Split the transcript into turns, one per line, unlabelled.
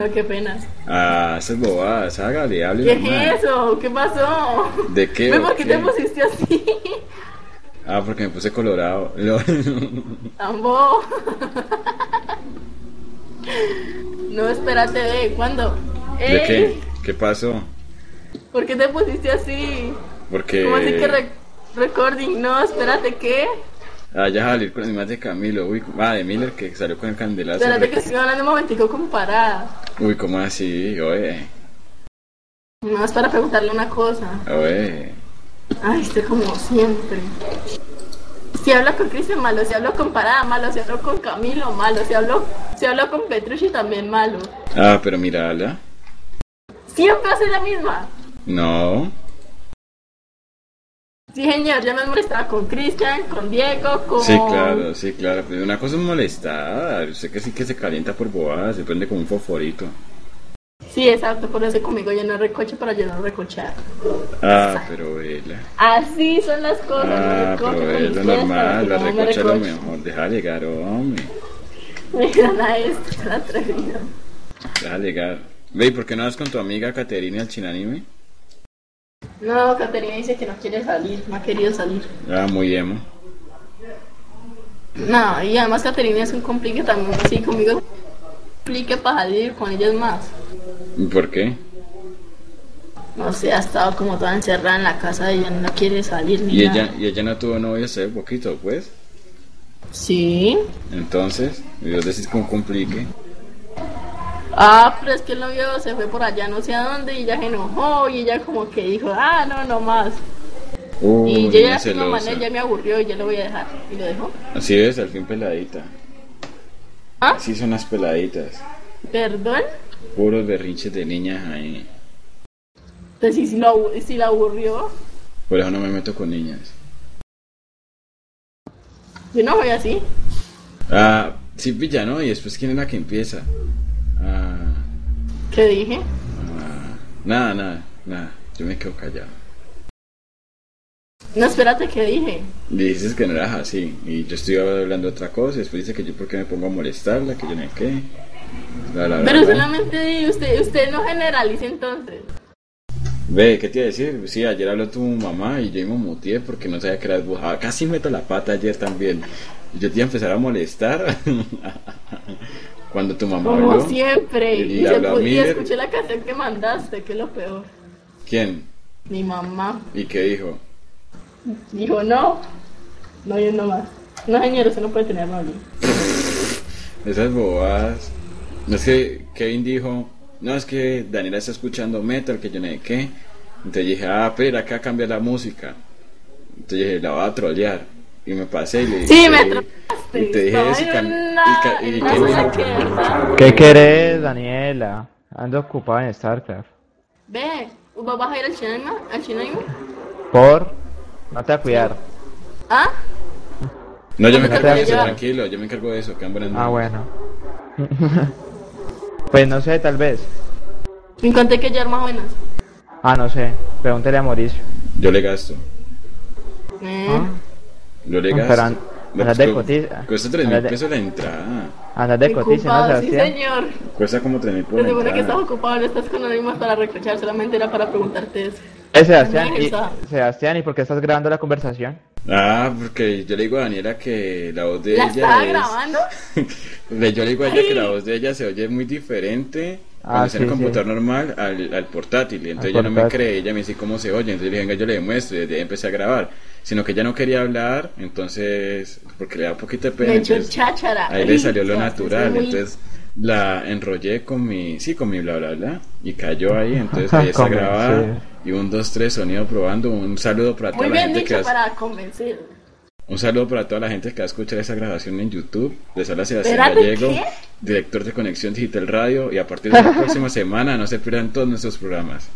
No, qué penas.
Ah, esas bobadas, hágale, hable.
¿Qué es eso? ¿Qué pasó?
¿De qué?
Ve,
o
¿Por qué
qué?
te pusiste así?
Ah, porque me puse colorado. Lo-
Tambo. No, espérate, ve, ¿cuándo?
¿De
Ey,
qué? ¿Qué pasó?
¿Por qué te pusiste así?
Porque.
¿Cómo así que re- recording? No, espérate, ¿qué?
Ah, ya salir con el más de Camilo. Uy, ah, de Miller que salió con el candelazo.
Espérate que estoy hablando un momentico como para...
Uy, ¿cómo así? Oye,
No, es para preguntarle una cosa.
oye.
Ay, este como siempre. Si hablo con Cristian, malo. Si hablo con Parada, malo. Si hablo con Camilo, malo. Si hablo, si hablo con Petrucci, también malo.
Ah, pero mírala.
Siempre hace la misma.
No.
Sí, señor, ya me he molestado con Cristian, con Diego, con...
Sí, claro, sí, claro. Pero una cosa es molestar. Usted que sí que se calienta por bobadas, se prende como un fosforito.
Sí, exacto, por eso conmigo yo no recocho para yo no recochar.
Ah, pero vela.
Así son las cosas,
Ah,
no recocho
pero
con
es lo
ustedes para
normal,
que
la
no me
recocha es lo
recoche.
mejor. Deja llegar, hombre.
Mira, la es tan atrevida.
Deja llegar. Ve, ¿y ¿por qué no vas con tu amiga Caterina al chinanime?
No, Caterina dice que no quiere salir, no ha querido salir.
Ah, muy emo.
No, y además Caterina es un complique también, así conmigo es un complique para salir con ellas más.
¿Y por qué?
No sé, ha estado como toda encerrada en la casa y ella no quiere salir ni
Y
nada.
ella, y ella no tuvo novio hace poquito, pues.
Sí.
Entonces, yo decís como complique.
Ah, pero es que el novio se fue por allá no sé a dónde y ella se enojó y ella como que dijo, ah, no, no más.
Uy,
y yo ya
una
así, no,
celosa.
man, ya me aburrió y ya lo voy a dejar. Y lo dejó.
Así es, al fin peladita.
Ah,
Así son las peladitas.
perdón.
Puros berrinches de niñas ahí.
Entonces sí, sí pues, lo, abu- sí la aburrió.
Por eso no me meto con niñas.
Yo no voy así.
Ah, sí, pilla, ¿no? Y después, ¿quién es la que empieza? Ah,
¿Qué dije?
ah, nada, nada, nada. Yo me quedo callado.
No, espérate, ¿qué dije?
Y dices que no eras así. Y yo estoy hablando de otra cosa. Y después dice que yo, ¿por qué me pongo a molestarla? Que yo no sé qué. Bla, bla, bla,
Pero
bla.
solamente usted, usted no generalice entonces.
Ve, ¿qué te iba a decir? Sí, ayer habló tu mamá y yo mismo muteé porque no sabía que eras bujada. Casi meto la pata ayer también. Y Yo te iba a empezar a molestar cuando tu mamá
Como
habló.
siempre.
Y
Y,
le
se
habló a
pu- y
Miller.
escuché la canción que mandaste, que es lo peor.
¿Quién?
Mi mamá
¿Y qué dijo?
dijo, no. No, yo no más. No, señor, usted no puede tener novio.
Esas bobadas. No es que Kevin dijo, no es que Daniela está escuchando metal, que yo no sé qué. Entonces dije, ah, pero acá cambia la música. Entonces dije, la va a trolear. Y me pasé y le dije.
Sí, me troleaste.
Y te dije,
Estaba
eso y
en
cam-
una,
y ca- y
en
que
una
dijo,
zona que está-
¿Qué querés, Daniela? Ando ocupada en StarCraft.
Ve, ¿vos vas a ir al cinema? ¿Al cinema?
Por. No te a cuidar.
¿Ah?
No, yo me
No te
encargo de
hagas
eso,
llorar.
tranquilo, yo me encargo de eso, quedan buenas
Ah,
noches.
bueno. pues no sé, tal vez.
Me encontré que ya más o menos.
Ah, no sé. Pregúntele a Mauricio.
Yo le gasto.
Eh,
Ah,
Yo le
Ah,
gasto.
pero an-
No, pues,
andas de
cu-
cotiza.
Cuesta 3 mil
Andas de-
pesos la entrada.
Andas de cotiza, ¿no,
ocupado, sí,
Sebastián?
señor.
Cuesta como 3 mil por
Te
la
seguro que estás
entrada.
ocupado, no estás con ánimos para recochar, solamente era para preguntarte eso.
Eh, Sebastián,
Mira,
y,
esa.
Sebastián, ¿y por qué estás grabando la conversación?
Ah, porque yo le digo a Daniela que la voz de
¿La
ella
estaba
es...
grabando?
Le- yo le digo a ella que la
Ay.
voz de ella se oye muy diferente
Ah,
cuando está en el
sí,
computador normal al, al portátil. Y entonces
Al
ella no me
portátil.
cree, ella me dice cómo se oye. Entonces yo le dije, venga, yo le demuestro. Y desde ahí empecé a grabar. Sino que ella no quería hablar, entonces, porque le da un poquito de pena.
Me echó
entonces-
cháchara.
Ahí le salió lo
Ay,
natural,
soy muy-
entonces la enrollé con mi, sí, con mi bla bla bla y cayó ahí, entonces ahí está
Con mi-
grabada y un dos tres sonido probando, un saludo para
Muy
toda la
bien
gente que
dicho
va,
para convencer.
un saludo para toda la gente que va a escuchar esa grabación en YouTube. Les habla Sebastián
Espérate,
Gallego,
¿qué?
director de Conexión Digital Radio y a partir de la próxima semana no se pierdan todos nuestros programas.